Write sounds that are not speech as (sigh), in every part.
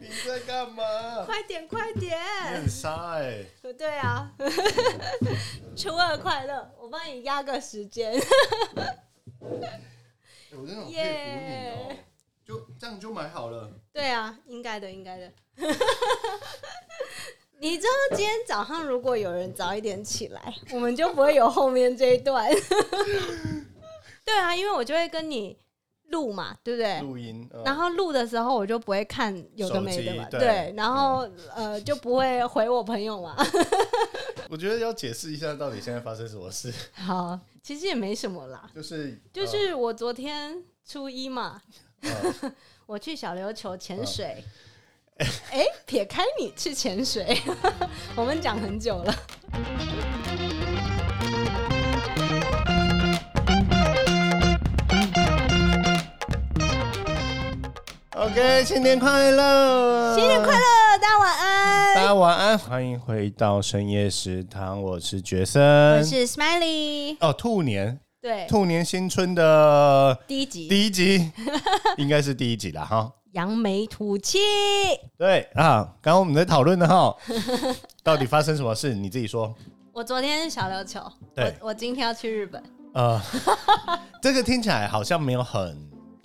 你在干嘛？快点，快点！你很傻哎、对啊，初二快乐！我帮你压个时间。欸我真的好佩耶服你哦、就这样就买好了，对啊，应该的，应该的。你知道今天早上如果有人早一点起来，我们就不会有后面这一段。对啊，因为我就会跟你录嘛，对不对？录音。嗯然后录的时候我就不会看有的没的嘛，手机对对，然后呃就不会回我朋友嘛。我觉得要解释一下到底现在发生什么事，好，其实也没什么啦，就是就是我昨天初一嘛，呃呃 (laughs) 我去小琉球嗯潜水。哎、撇开你去潜水， (laughs) 我们讲很久了。呃 OK，新年快乐，新年快乐，大家晚安。嗯大家晚安，欢迎回到深夜食堂，我是觉森，我是 Smiley，哦，兔年，对，兔年新春的第一集第一 (laughs) 集，应该是第一集了哈。扬眉吐气。对啊，刚刚我们在讨论的哈，到底发生什么事？你自己说。我昨天是小琉球，对我我今天要去日本。呃， (laughs) 这个听起来好像没有很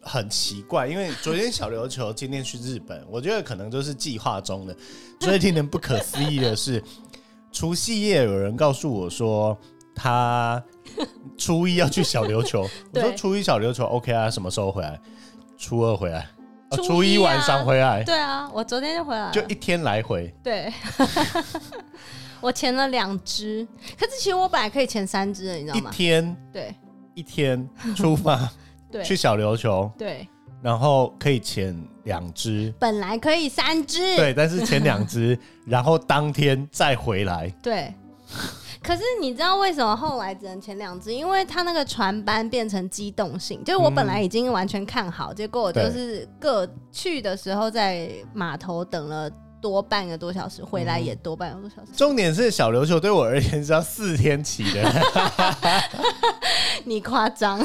很奇怪，因为昨天小琉球，今天去日本，我觉得可能就是计划中的。 (laughs) 最令人不可思议的是，除夕夜有人告诉我说他初一要去小琉球，我说 (laughs) 对初一小琉球 OK 啊，什么时候回来？初二回来，啊初一啊初一晚上回来，对啊，我昨天就回来了。就一天来回。对， (laughs) 我潜了两只，可是其实我本来可以潜三只的，你知道一吗？天对一天出发 (laughs) 对去小琉球，对，然后可以潜两只，本来可以三 (laughs) 只，对，但是前两 (laughs) 只，然后当天再回来，对可是你知道为什么后来只能潜两只？因为它那个船班变成机动性，就是嗯我本来已经完全看好，结果我就对是各去的时候在码头等了多半个多小时，回嗯来也多半个多小时。重点是小琉球对我而言是要四天起 (laughs) 的，你 (laughs) 夸张，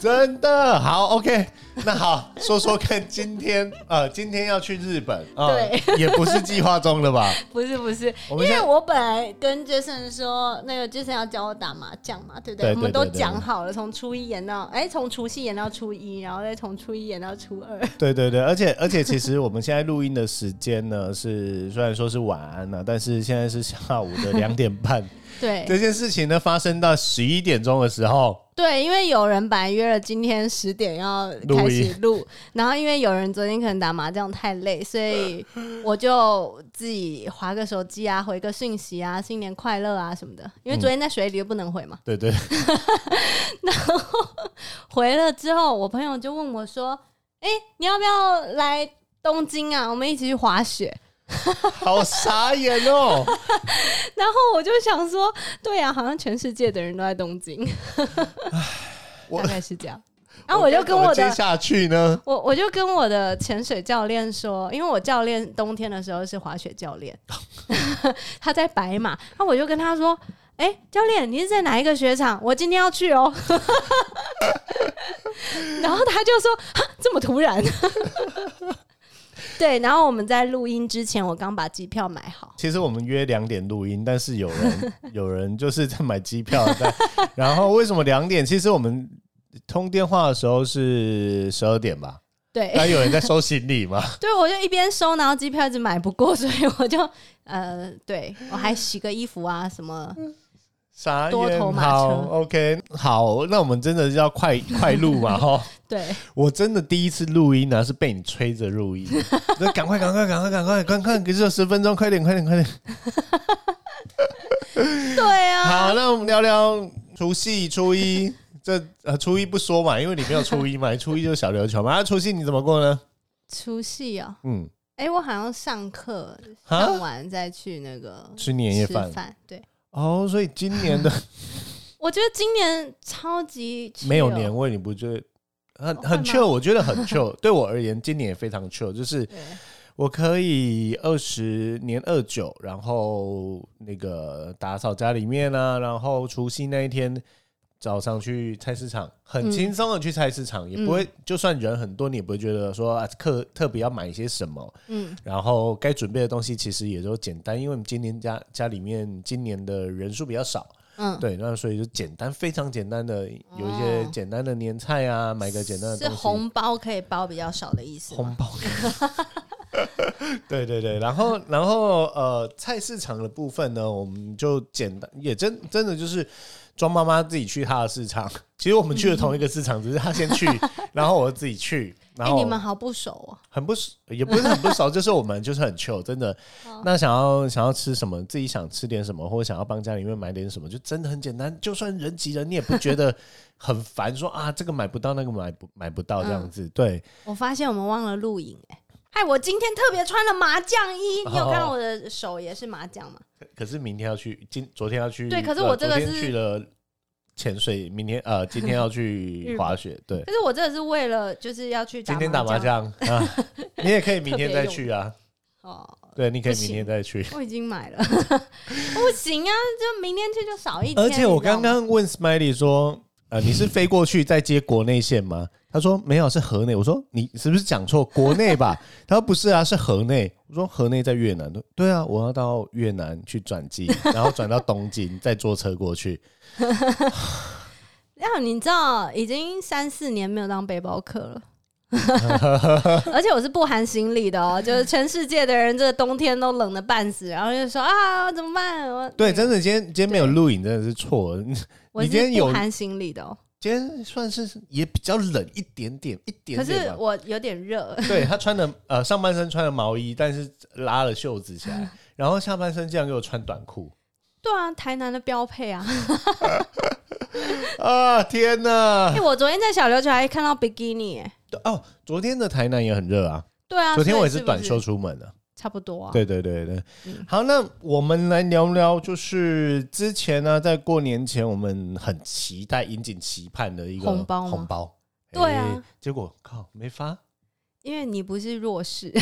真的好 OK。那好，说说看，今天 (laughs) 呃，今天要去日本啊，对 (laughs) 也不是计划中的吧？不是不是，我们因现为在我本来跟 Jason 说，那个 Jason 要教我打麻将嘛，对不对对对？我们都对对讲好了，从初一演到哎，从除夕演到初一，然后再从初一演到初二。对对对，而且而且，其实我们现在录音的时间呢是虽然说是晚安了、但是现在是下午 (laughs) 的两点半。对这件事情呢发生到十一点钟的时候，对，因为有人本来约了今天十点要开始录，然后因为有人昨天可能打麻将太累，所以我就自己划个手机啊，回个讯息啊，新年快乐啊什么的。因为昨天在水里又不能回嘛，对对回了之后，我朋友就问我说：“哎、你要不要来东京啊？我们一起去滑 (laughs) 雪。”好傻眼 (laughs) 哦。然后我就想说，对啊，好像全世界的人都在东京，我 (laughs) 大概是这样。然啊后我就跟我接的下去呢，我我就跟我的潜水教练说，因为我教练冬天的时候是滑雪教练，他在白马，那我就跟他说，哎、教练，你是在哪一个雪场？我今天要去哦。 (laughs) 然后他就说，哈，这么突然。 (laughs) 对，然后我们在录音之前，我刚把机票买好。其实我们约两点录音，但是有人有人就是在买机票在，然后为什么两点？其实我们通电话的时候是十二点吧，对，但有人在收行李嘛，对，我就一边收，然后机票一直买不过，所以我就呃，对我还洗个衣服啊什么。傻多眼。头马车好，OK，好，那我们真的是要快快录嘛哈！对，我真的第一次录音呢、是被你催着录音，那赶快赶快赶快赶快赶快，给这十分钟，快点快点快点。对啊，好，那我们聊聊除夕、初一。这呃，初一不说嘛，因为你没有初一 (laughs) 嘛，初一就是小琉球嘛。那、啊除夕你怎么过呢？除夕哦，嗯，哎、我好像上课啊上完再去那个吃年夜吃饭。饭。对，哦，所以今年 (laughs) 的我觉得今年超级没有 chill 年。味，你不觉得很哦会很吗 chill？我觉得很 chill。对我而言，今年也非常 chill，就是对，我可以二十年二九，然后那个打扫家里面啊，然后除夕那一天早上去菜市场，很轻松的去菜市场，也不嗯会就算人很多，你也不会觉得说啊特特别要买一些什么。嗯，然后该准备的东西其实也都简单，因为我们今年家家里面今年的人数比较少，嗯，对，那所以就简单，非常简单的，有一些哦简单的年菜啊，买个简单的是东西。红包可以包比较少的意思吗。红包。 (laughs) 对对对，然后然后呃，菜市场的部分呢，我们就简单，也真真的就是庄妈妈自己去她的市场。其实我们去了同一个市场，只是她先 (laughs) 去，然后我自己去，然哎、后你们好不熟哦。很不熟，也不是很不熟，就是我们就是很 chill，真的。哦那想要想要吃什么，自己想吃点什么，或者想要帮家里面买点什么，就真的很简单。就算人挤人，你也不觉得很烦，说啊这个买不到，那个买不买不到这样嗯子。对，我发现我们忘了录影、哎，哎，我今天特别穿了麻将衣，你有哦看到我的手也是麻将吗？可是明天要去，今昨天要去，对可是呃我这个昨天是去了潜水，明天 (laughs) 呃，今天要日去本滑雪，对，可是我真的是为了就是要去打今天打麻将将啊，你也可 (laughs) 以明天再去啊，哦，对，你可以不行明天再去。我已经买了， (laughs) 不行啊，就明天去就少一天。而且我刚你知道吗刚问 Smiley 说，呃，你是飞过去再接国内线吗？他说没有，是河内。我说你是不是讲错国内吧？他说不是啊，是河内。我说河内在越南，对对啊，我要到越南去转机，然后转到东京，再坐车过去。让你知道，已经三四年没有当背包客 (laughs) 了。而且我是不含行李的哦，就是全世界的人，这个冬天都冷的半死，然后就说啊，怎么办？我对，真的，今天今天没有录影，真的是错了。我你今天是有不含行李的哦，今天算是也比较冷一点点，一点可点是吧。我有点热，对他穿的呃上半身穿的毛衣，但是拉了袖子起 (laughs) 来，然后下半身竟然给我穿短裤对啊，台南的标配啊！啊！天哪哎、！我昨天在小琉球还看到比基尼、哎，对哦，昨天的台南也很热啊，对啊，昨天我也所以是是不短袖，出门的、差不多啊。对对对对，嗯好，那我们来聊聊，就是之前呢、在过年前，我们很期待、引颈期盼的一个红包吗红包。对啊哎结果靠没发，，因为你不是弱势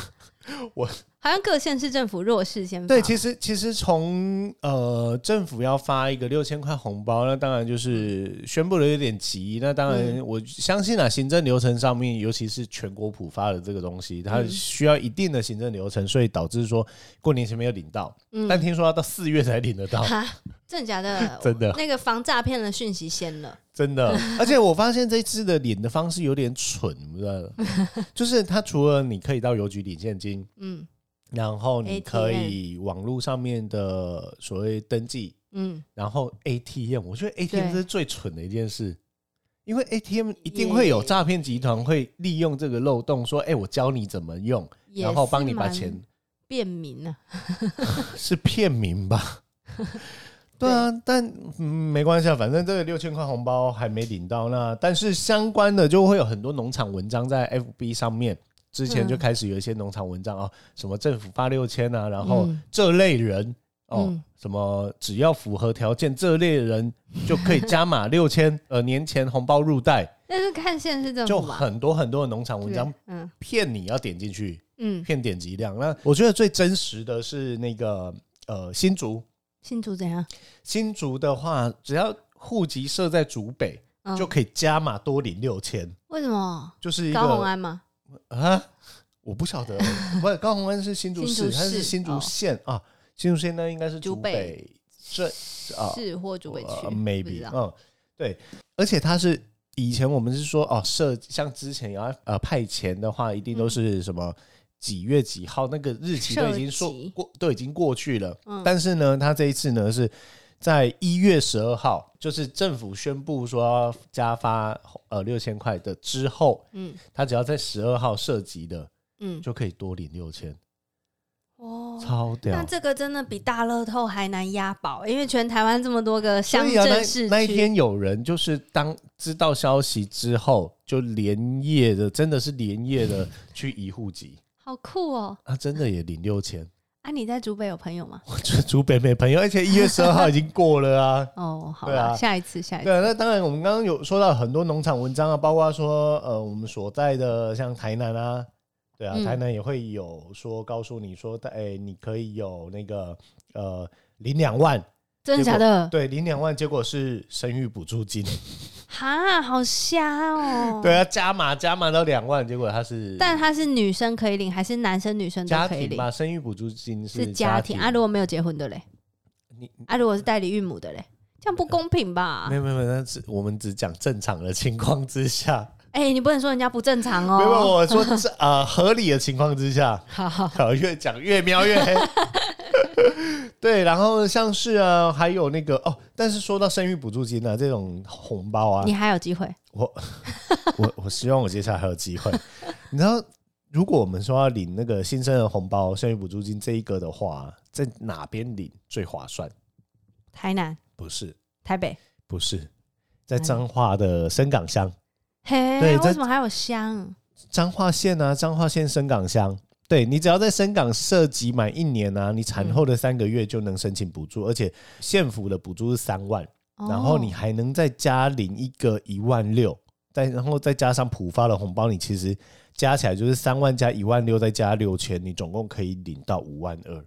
(laughs) 我好像各县市政府弱势先发对，其实其实从呃政府要发一个六千块红包，那当然就是宣布的有点急。那当然，嗯我相信啊，行政流程上面，尤其是全国普发的这个东西，它嗯需要一定的行政流程，所以导致说过年前没有领到，嗯但听说要到四月才领得到，？哈，真的假的 (laughs) 真的那个防诈骗的讯息先了， (laughs) 真 (laughs) 的。而且我发现这次的领的方式有点蠢，你不知道吗， (laughs) 就是它除了你可以到邮局领现金，嗯然后你可以网络上面的所谓登记。嗯，然后 ATM，我觉得 ATM 对是最蠢的一件事，因为 ATM 一定会有也诈骗集团会利用这个漏洞，说：“哎、我教你怎么用，也然后帮你是把蛮钱便民啊，是骗民吧？” (laughs) 对啊，但、嗯、没关系啊，反正这个六千块红包还没领到那，但是相关的就会有很多农场文章在 FB 上面，之前就嗯开始有一些农场文章啊、什么政府发六千啊，然后嗯这类人哦，嗯什么只要符合条件这类人就可以加 (laughs) 码六千，呃，年前红包入袋，那是看县市政就府吧。很多很多的农场文章对嗯骗你要点进去，嗯，骗点击量。那我觉得最真实的是那个呃新竹，新竹怎样？新竹的话，只要户籍设在竹北，嗯就可以加码多领六千，为什么？就是一个高红安吗？啊，我不晓 (laughs) 得，不是高雄湾是新竹新市，竹它是市新竹哦县、啊，新竹县那应该是竹竹北北这啊是或竹北区呃不知，maybe 道嗯，对，而且它是以前我们是说哦，设像之前要呃派钱的话，一定都嗯是什么几月几号那个日期都已涉经说及过，都已经过去了，嗯但是呢，它这一次呢是。在一月十二号，就是政府宣布说要加发呃六千块的之后，嗯他只要在十二号涉及的，嗯就可以多领六千，哦。超屌那！这个真的比大乐透还难押宝，因为全台湾这么多个所乡以啊，镇那市那一区，天有人就是当知道消息之后，就连夜的，真的是连夜的去移户籍，好酷哦！ (laughs) 啊，真的也领六千。啊，你在竹北有朋友吗？。我觉得竹北没朋友，而且一月十二号已经过了啊 (laughs) 哦，好对啊啦，下一次，下一对次，啊，那当然，我们刚刚有说到很多农场文章啊，包括说呃，我们所在的像台南啊，对啊，嗯台南也会有说告诉你说，哎、你可以有那个呃领两万，真的结果假的？对，领两万，结果是生育补助金。哈，好瞎哦！对啊，加码加码到两万，结果他是但她是女生可以领，还是男生女生都家可以庭领？吧，生育补助金是家家庭啊，如果没有结婚的嘞你，啊，如果是代理孕母的嘞，这样不公平吧没？有没有，没有那是我们只讲正常的情况之下，哎、你不能说人家不正常没有没有，哦。我说这呃合理的情况之 (laughs) 下，好好，好越讲越描越黑。 (laughs) 对，然后像是啊，还有那个哦，但是说到生育补助金啊，这种红包啊你，还有机会。我我我希望我接下来还有机会。 (laughs) 你知道，如果我们说要领那个新生儿红包、生育补助金这一个的话，在哪边领最划算？台南、不是，台北，不是，在彰化的深港乡、嘿，对这为什么还有香？彰化县啊，彰化县深港乡。对你只要在深港涉及满一年啊，你产后的三个月就能申请补助，而且县府的补助是三万，然后你哦还能再加领一个一万六，再然后再加上浦发的红包，你其实加起来就是三万加一万六，再加六千，你总共可以领到五万二。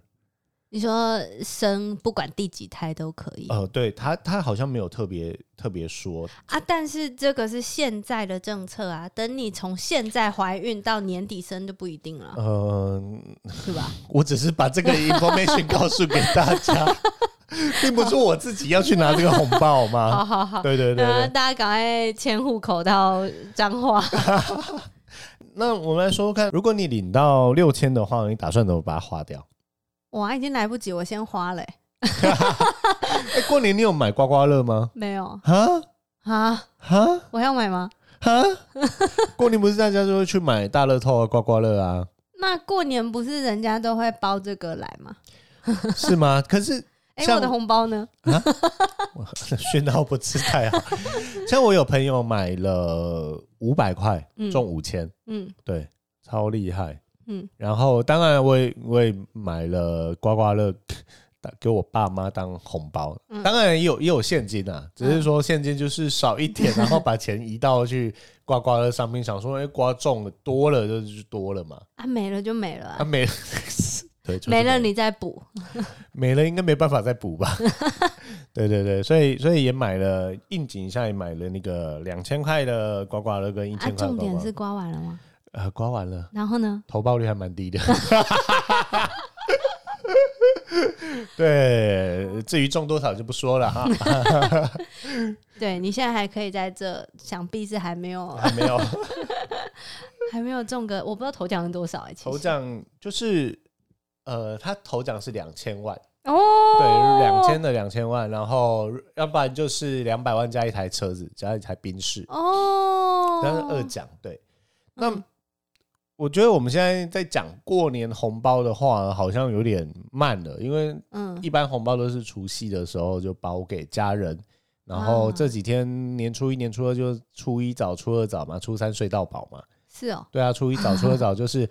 你说生不管第几胎都可以、呃，对他他好像没有特别特别说，啊，但是这个是现在的政策啊，等你从现在怀孕到年底生就不一定了，嗯、是吧？我只是把这 (laughs) 个 information 告诉给大家，并不是我自己要去拿这个红包好嘛。好好，哦对对对那对，大家赶快迁户口到彰化。那我们来说说看，如果你领到六千的话，你打算怎么把它花掉？哇，已经来不及，我先花了欸、哎、过年你有买刮刮乐吗？没有哈啊？哈我要买吗？ (laughs) 哈！过年不是大家就会去买大乐透啊、刮刮乐啊，那过年不是人家都会包这个来吗？是吗？可是 (laughs) 哎、像我的红包呢？我宣导不是太好。像我有朋友买了五百块，嗯中五千，嗯对，超厉害。嗯，然后当然我也我也买了刮刮乐，打给我爸妈当红包。嗯当然也有也有现金啊，只是说现金就是少一点，然后把钱移到去刮刮乐上面，想说哎、刮中了多了就是多了嘛，啊，没了就没了啊、啊没了， (laughs) 对，就是没了你再补。没了应该没办法再补 (laughs) 吧？对对对，所以所以也买了应景一下，也买了那个两千块的刮刮乐跟一啊，千块的刮重刮点乐，是刮完了吗？呃刮完了。然后呢？投报率还蛮低的。 (laughs) 对，至于中多少就不说了哈，对你现在还可以在这，想必是还没有 (laughs) 还 (laughs) 没有还没有中个，我不知道头奖是多少哎、其实头奖就是呃，他头奖是两千万，哦，对，两千的两千万，然后要不然就是两百万加一台车子，加一台宾士，哦，那是二奖。对，那嗯我觉得我们现在在讲过年红包的话，好像有点慢了，因为嗯一般红包都是除夕的时候就包给家人，然后啊这几天年初一、年初二就初一早、初二早嘛，初三睡到饱嘛。是哦，对啊，初一早、初二早就是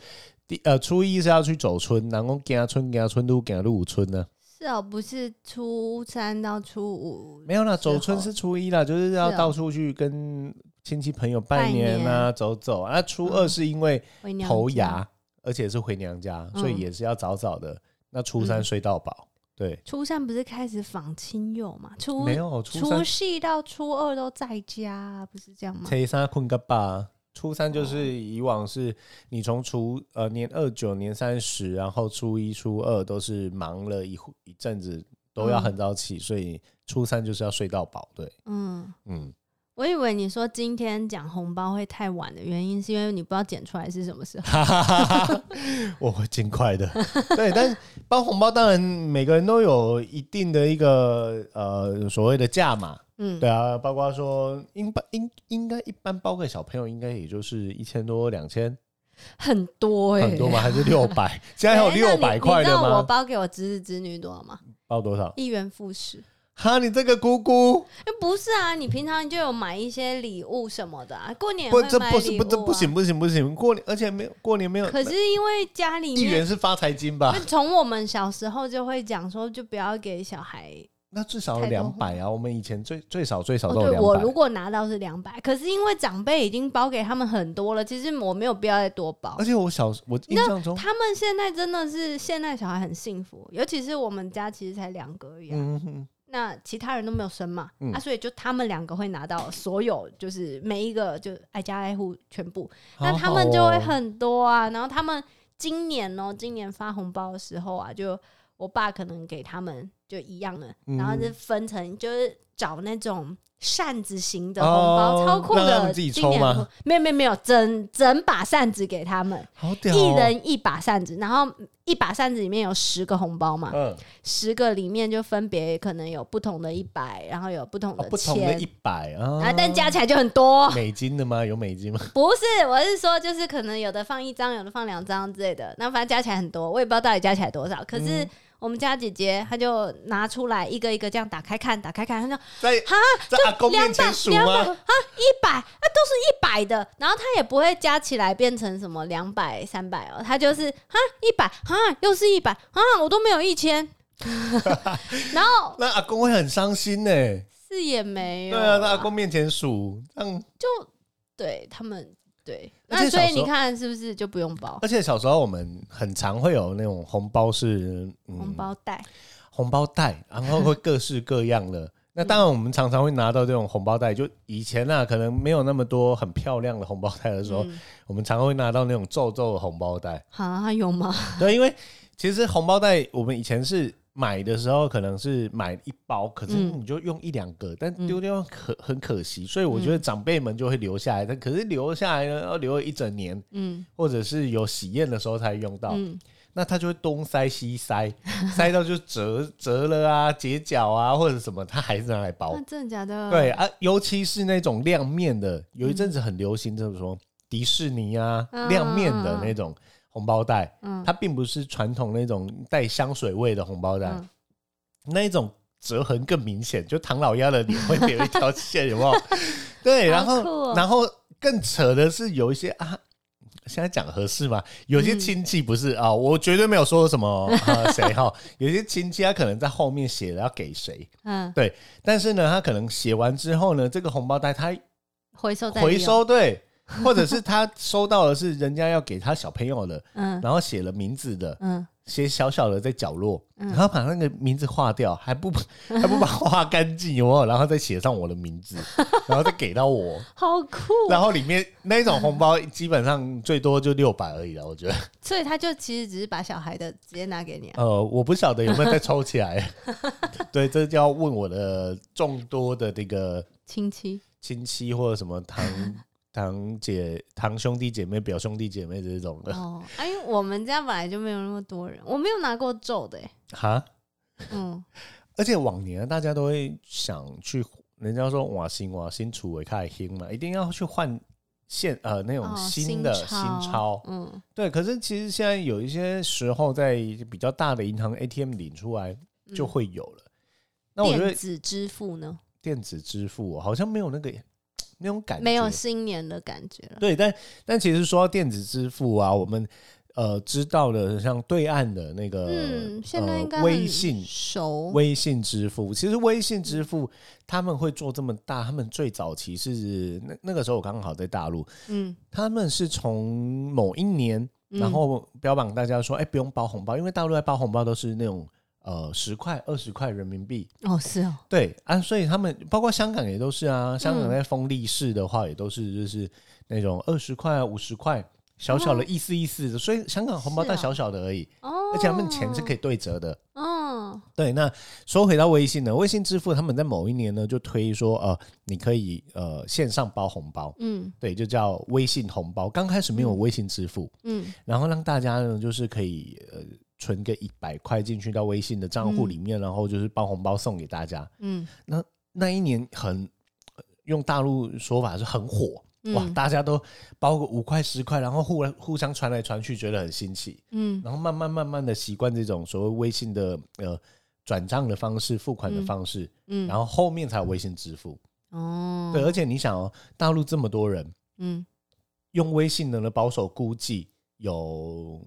第呃初一是要去走村，然后给他村、给他村都给他入村啊呢、是哦，不是初三到初五没有啦，是哦走村是初一啦，就是要是哦到处去跟亲戚朋友拜拜年啊、年嗯走走啊。初二是因为回娘头家牙，而且是回娘家，所以嗯也是要早早的。那初三嗯睡到饱，对，初三不是开始访亲友嘛？初没有初三除夕到初二都在家，不是这样吗？初三困个吧。初三就是以往是你从初呃年二九年三十，然后初一初二都是忙了一户一阵子，都要很早起，所以初三就是要睡到饱。对，嗯，嗯，我以为你说今天讲红包会太晚的原因，是因为你不知道剪出来是什么时候。哈哈哈哈，我会尽快的。对，但是包红包当然每个人都有一定的一个呃所谓的价码，嗯，对啊，包括说应应应该一般包给小朋友应该也就是一千多两千，很多哎、很多吗？还是六百？ (laughs) 现在还有哎那六你百块你知的道我吗？包给我侄子侄女多少吗？包多少？一元复始。哈，你这个姑姑，哎，不是啊，你平常就有买一些礼物什么的啊，过年也不，会这买不是礼不这物啊不行。不行不行，过年而且没有过年没有，可是因为家里一元啊面，是发财金吧那？从我们小时候就会讲说，就不要给小孩那至少太多两百啊！我们以前最最少最少哦，都有对两我如百，果拿到是两百，可是因为长辈已经包给他们很多了，其实我没有必要再多包而。且我小我印象中，他们现在真的是现在小孩很幸福，尤其是我们家其实才两个月、啊嗯，哼那其他人都没有生嘛，嗯啊，所以就他们两个会拿到所有，就是每一个就挨家挨户全部，那他们就会好好哦很多啊。然后他们今年哦、今年发红包的时候啊，就我爸可能给他们就一样的，嗯然后就分成就是找那种扇子型的红包，哦超酷让他的。们自己今抽年吗红没有没有没有，整整把扇子给他们，好屌哦，一人一把扇子，然后一把扇子里面有十个红包嘛，嗯，十个里面就分别可能有不同的一百，然后有不同哦的不同的千一。百啊啊，但加起来就很多，美金的吗？有美金吗？不是，我是说，就是可能有的放一张，有的放两张之类的，那反正加起来很多，我也不知道到底加起来多少。可是嗯我们家姐姐她就拿出来一个一个这样打开看，打开看，她说在哈在阿公两面百前数两百吗？啊一百啊都是一百的，然后她也不会加起来变成什么两百三百哦，她就是哈一百哈又是一百啊我都没有一 (laughs) 千，然后那阿公会很伤心呢。是也没对有啊，在啊阿公面前数，嗯。就对他们对，而且那所以小时候你看是不是就不用包而且小时候我们很常会有那种红包是、嗯、红包袋？红包袋，然后会各式各样的。那当然，我们常常会拿到这种红包袋。就以前啊，可能没有那么多很漂亮的红包袋的时候，嗯我们常常会拿到那种皱皱的红包袋。啊，有吗？对，因为其实红包袋我们以前是买的时候，可能是买一包，可是嗯你就用一两个，但丢掉可很可惜。所以我觉嗯得长辈们就会留下来，但可是留下来呢，要留一整年，嗯或者是有喜宴的时候才用到。嗯，那他就会东塞西塞， (laughs) 塞到就折折了啊、截角啊或者什么，他还是拿来包那。真的假的？对，啊，尤其是那种亮面的，有一阵子很流行，就是说迪士尼啊嗯亮面的那种红包袋，嗯，它并不是传统那种带香水味的红包袋，嗯那一种折痕更明显，就唐老鸭的脸会有一条线，有没 (laughs) 有？对，然好酷后、哦然后更扯的是有一些啊。现在讲合适吗？有些亲戚不是、啊，我绝对没有说什 (laughs) 么啊谁哈、有些亲戚他可能在后面写了要给谁，嗯，但是呢，他可能写完之后呢，这个红包袋他回收哦再利回用，收对，或者是他收到的是人家要给他小朋友的，嗯然后写了名字的，嗯，写小小的在角落，嗯然后把那个名字划掉，还 (laughs) 不还不把它划干净，有没有？然后再写上我的名 (laughs) 字，然后再给到我，好酷。然后里面那种红包基本上最多就六百而已了，我觉得。所以他就其实只是把小孩的直接拿给你 (laughs) 啊。呃，我不晓得有没有再抽起来， (laughs) 对，这就要问我的众多的这个亲戚。亲戚或者什么堂堂姐、堂兄弟姐妹、表兄弟姐妹这种的。哦，啊，因为我们家本来就没有那么多人，我没有拿过咒的、欸， (laughs) 哈，嗯，而且往年大家都会想去，人家说瓦新瓦新楚为开兴嘛，一定要去换现呃那种哦，新的新钞。嗯对，可是其实现在有一些时候在比较大的银行 ATM 领出来嗯，就会有了。那我觉电得子支付呢，电子支付好像没有那个那种感觉，没有新年的感觉了。对，但但其实说到电子支付啊，我们呃知道的像对岸的那个，嗯，现在应该呃、很微信熟，微信支付，其实微信支付他们会做这么大，他们最早期是那那个时候我刚好在大陆，嗯，他们是从某一年，嗯然后标榜大家说，哎、不用包红包，因为大陆在包红包都是那种呃十块、二十块人民币，哦是哦，对啊，所以他们包括香港也都是啊，香港嗯在封利市的话，也都是就是那种二十块、五十块，小小的意思意思的，所以香港红包哦是袋啊小小的而已，哦，而且他们钱是可以，对折的。嗯对，那说回到微信呢，微信支付他们在某一年呢就推说，呃，你可以呃线上包红包，嗯对，就叫微信红包。刚开始没有微信支付，嗯然后让大家呢就是可以呃存个一百块进去到微信的账户里面，然后就是包红包送给大家。嗯，那一年很呃用大陆说法是很火，嗯哇，大家都包个五块十块，然后互互相传来传去，觉得很新奇，嗯然后慢慢慢慢的习惯这种所谓微信的呃转账的方式、付款的方式，嗯，然后后面才有微信支付。哦，对，而且你想哦，大陆这么多人嗯用微信的呢，保守估计有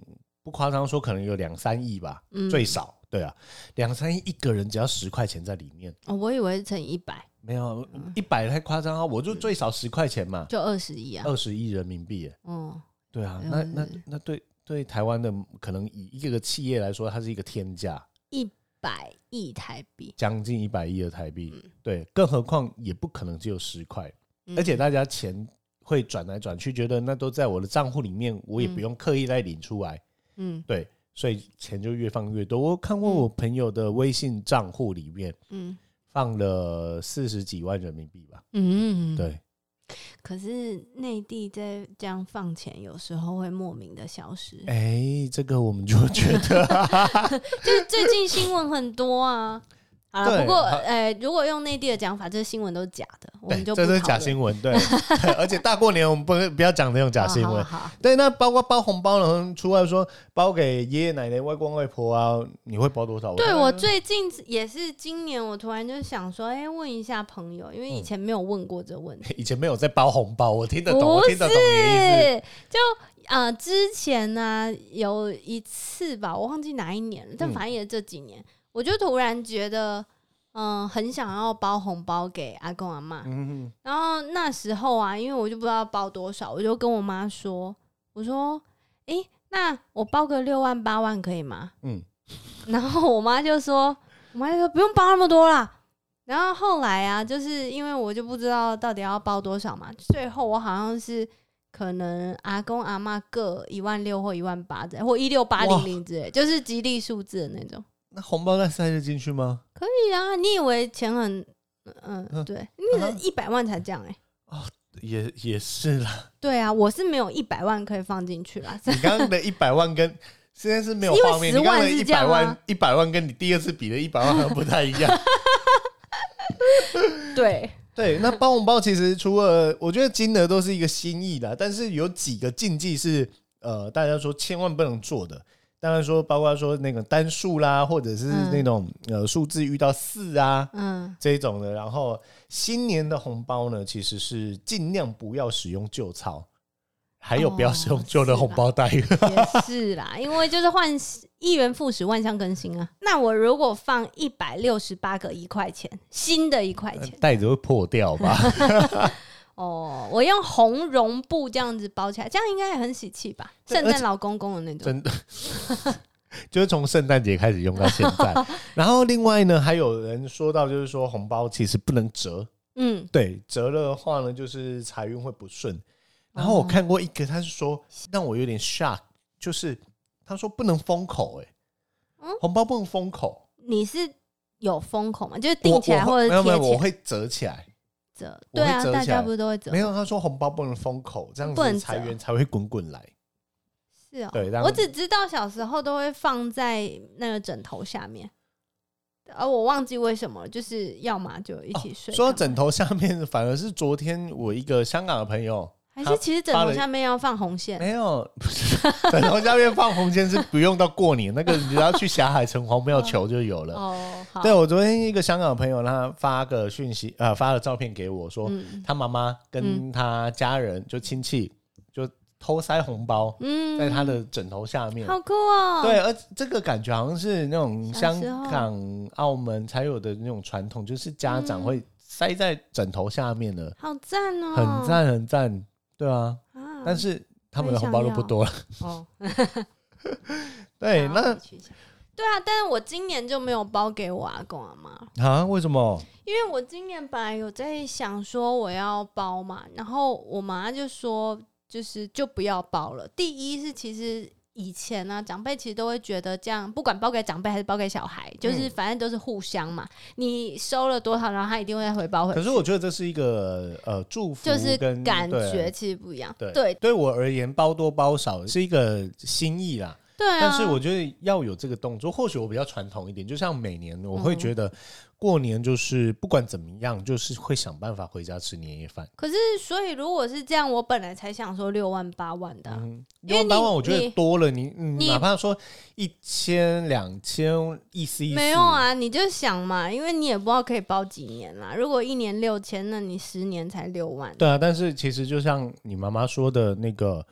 不夸张说，可能有两三亿吧，嗯，最少。对啊，两三亿一个人只要十块钱在里面。哦，我以为乘一百没有一百太夸张啊！我就最少十块钱嘛，就二十一啊，二十亿人民币耶。嗯，对啊，哎那呦那对那对对台湾的可能以一个企业来说，它是一个天价。一百亿台币，将近一百亿的台币，嗯对，更何况也不可能只有十块，而且大家钱会转来转去，觉得那都在我的账户里面，我也不用刻意来领出来，嗯对，所以钱就越放越多。我看过我朋友的微信账户里面嗯放了四十几万人民币吧，嗯，。对，可是内地在这样放钱，有时候会莫名的消失。哎，这个我们就觉得就是最近新闻很 (laughs) 多啊。好了，对不过好呃，如果用内地的讲法，这新闻都是假的， (laughs) 我对，们就这是假闻，新闻，对，对而且大过年我们不不要讲那种假新好 (laughs) 闻，好好对，那包括包红包，然后除外说包给爷爷奶奶、外公外婆啊，你会包多少？对看我最近也是今年，我突然就想说，哎、问一下朋友，因为以嗯前没有问过 (laughs) 这问题。以前没有在包红包，我听得懂，不我听得懂你的意思。是，就呃，之前呢、有一次吧，我忘记哪一年了，但嗯反正也是这几年，我就突然觉得，嗯、很想要包红包给阿公阿妈。嗯，然后那时候啊，因为我就不知道包多少，我就跟我妈说：“我说，诶，那我包个六万八万可以吗？”嗯，然后我妈就说：“我妈就说不用包那么多啦。”然后后来啊，就是因为我就不知道到底要包多少嘛，最后我好像是可能阿公阿妈各一万六或一万八之类，或一六八零零之类，就是吉利数字的那种。那红包再塞得进去吗？可以啊，你以为钱很嗯、嗯对，那嗯一百万才这样哎、也也是啦，对啊，我是没有一百万可以放进去啦。 (laughs) 你刚刚的一百万跟现在是没有因为画面， 10你刚刚的万一是这样百啊万，一百万跟你第二次比的一百万好像不太一样。对， (laughs) 对，那包红包其实除了我觉得金额都是一个心意啦，但是有几个禁忌是呃大家说千万不能做的。当然说，包括说那个单数啦，或者是嗯那种、呃数字遇到四啊嗯这一种的。然后新年的红包呢，其实是尽量不要使用旧钞，还有不要使用旧的红包 (laughs) 袋。也是啦， (laughs) 因为就是换一元复始，万象更新啊。那我如果放一百六十八个一块钱，新的一块钱袋子会破掉 (laughs) 吧？哦，我用红绒布这样子包起来，这样应该也很喜气吧？对圣诞老公公的那种，真的，就是从圣诞节开始用到现 (laughs) 在。然后另外呢，还有人说到，就是说红包其实不能折，嗯，对，折了的话呢，就是财运会不顺。然后我看过一个，他是说嗯让我有点 shock，就是他说不能封口、欸，哎、嗯红包不能封口，你是有封口吗？就是我钉起来我或者没有没有，贴我起来会折起来。折？我会对啊，折起来大家不是都会折？没有，他说红包不能封口，这样不能子折财源才会滚滚来。是哦，对，这样我只知道小时候都会放在那个枕头下面，而我忘记为什么了，就是要么就一起睡、哦说到要么枕头下面，反而是昨天我一个香港的朋友，还是其实枕头下面要放红线，没有，不是 (laughs) 枕头下面放红线是不用到过 (laughs) 年，那个你只要去霞海城隍庙求就有了。哦，好，对我昨天一个香港的朋友，他发个讯息，呃，发了照片给我说，嗯他妈妈跟他家人、就亲戚就偷塞红包嗯在他的枕头下面。好酷哦，对，，而这个感觉好像是那种小香时候港、澳门才有的那种传统，就是家长嗯会塞在枕头下面的，好赞哦，很赞很赞。对啊，啊，但是他们的我也红包想都不要多了。哦，对，哎好那我去一下对啊，但是我今年就没有包给我阿公阿妈，啊，为什么？因为我今年本来有在想说我要包嘛，然后我妈就说就是就不要包了。第一是其实以前呢、长辈其实都会觉得这样，不管包给长辈还是包给小孩，嗯就是反正都是互相嘛。你收了多少，然后他一定会再回包回去。可是我觉得这是一个呃祝福就跟，是感觉对其实不一样，对对对我而言，包多包少是一个心意啦。对啊。但是我觉得要有这个动作，或许我比较传统一点，就像每年我嗯会觉得过年就是不管怎么样，就是会想办法回家吃年夜饭。可是所以如果是这样，我本来才想说六万八万的啊、嗯，因因为为你当晚我觉你得多了，你你你哪怕说一千、两千、一丝一丝，没有啊，你就想嘛，因为你也不知道可以包几年啦。如果一年六千，那你十年才六万。对啊，但是其实就像你妈妈说的那个，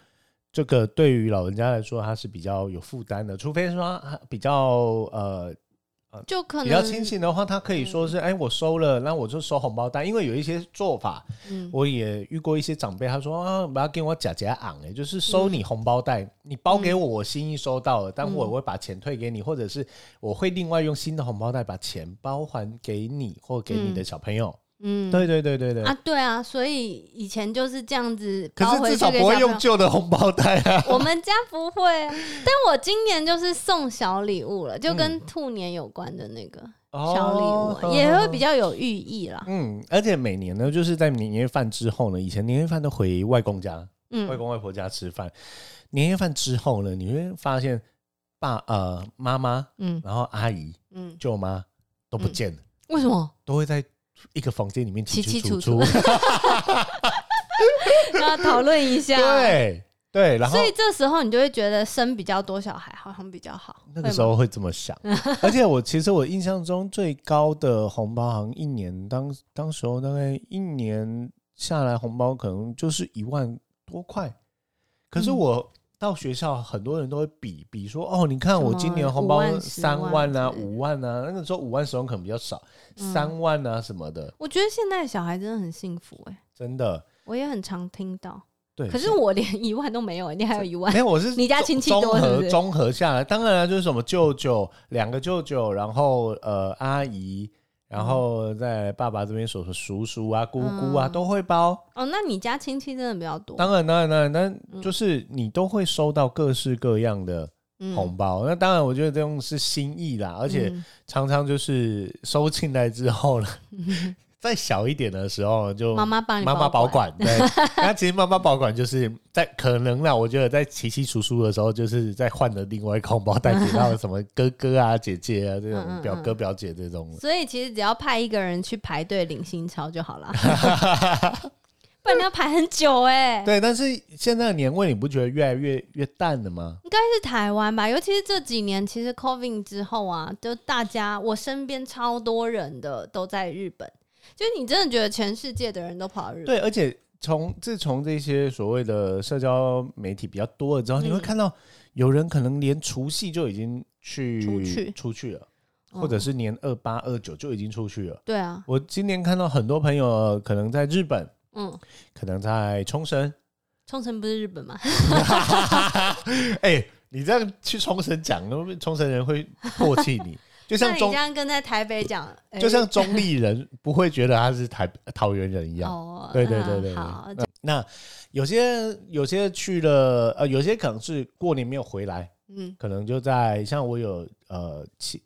这个对于老人家来说，他是比较有负担的，除非说他比较呃就可能嗯比较清醒的话，他可以说是，哎、我收了，那我就收红包袋。因为有一些做法，嗯我也遇过一些长辈，他说啊，不要给我假假昂，哎，就是收你红包袋，你包给我，我心意收到嗯了，但我会把钱退给你，或者是我会另外用新的红包袋把钱包还给你或给你的小朋友。嗯对对对对对。啊，对啊，所以以前就是这样子可包是回至去少给不会小用 (laughs) 朋友。旧的红包袋啊。我们家不会、啊，但我今年就是送小礼物了，就跟兔年有关的那个小礼嗯哦物、也会比较有寓意啦。嗯，而且每年呢，就是在年夜饭之后呢，以前年夜饭都回外公家、外嗯，公外婆家吃饭。年夜饭之后呢，你会发现爸呃妈妈，嗯然后阿姨、嗯，舅妈都不见了，为什么？ (laughs) 都会在一个房间里面起起起起楚楚楚。要讨论一下。，对对，然后所以这时候你就会觉得生比较多小孩好像比较好。那个会时吗，候会这么想。而且我其实我印象中最高的红包，好像一年当当时候大概一年下来红包可能就是一万多块。可是嗯我到学校，很多人都会比比说，哦，你看我什么今年红5包万10三万啊、万之类的五万啊，那个时候五万使用可能比较少，嗯三万啊什么的，我觉得现在的小孩真的很幸福哎、真的。我也很常听到。对，可是我连一万都没有、欸，你还有一万没有，我是你家综亲戚综多是不合是综合下来，当然了，就是什么舅舅两个舅舅，然后呃阿姨，然后在爸爸这边所说叔叔啊、姑姑啊、嗯都会包。哦？嗯那你家亲戚真的比较多，当然，当然，当然，但就是你都会收到各式各样的嗯红包。那当然，我觉得这种是心意啦，而且嗯常常就是收进来之后 (laughs) 呢，再小一点的时候就妈妈帮你妈妈保保， (laughs) 管，对。那其实妈妈保管就是在可能啦，我觉得在奇奇叔叔的时候，就是在换了另外一个红包 (laughs) 袋给到什么哥哥啊、姐姐啊这种嗯嗯嗯表哥表姐这种。所以其实只要派一个人去排队领新钞就 (laughs) 好了，不然你要排很久哎、对，但是现在的年味你不觉得越来越越淡了吗？应该是台湾吧，尤其是这几年，其实 COVID 之后啊，就大家我身边超多人的都在日本，就你真的觉得全世界的人都跑到日本，对，而且从自从这些所谓的社交媒体比较多了之后，嗯你会看到有人可能连除夕就已经去出去出去了，或者嗯是年二八二九就已经出去了。对啊，我今年看到很多朋友可能在日本，嗯，可能在冲绳。冲绳不是日本吗？哎、你这样去冲绳讲，那会冲绳人会唾弃 (laughs) 你。就那像你中这，样跟在台北讲，哎就像中立人不会觉得他是台呃桃园人一样。哦，对对嗯对对好，对那有些有些去了，呃，有些可能是过年没有回来，嗯可能就在像我有呃亲，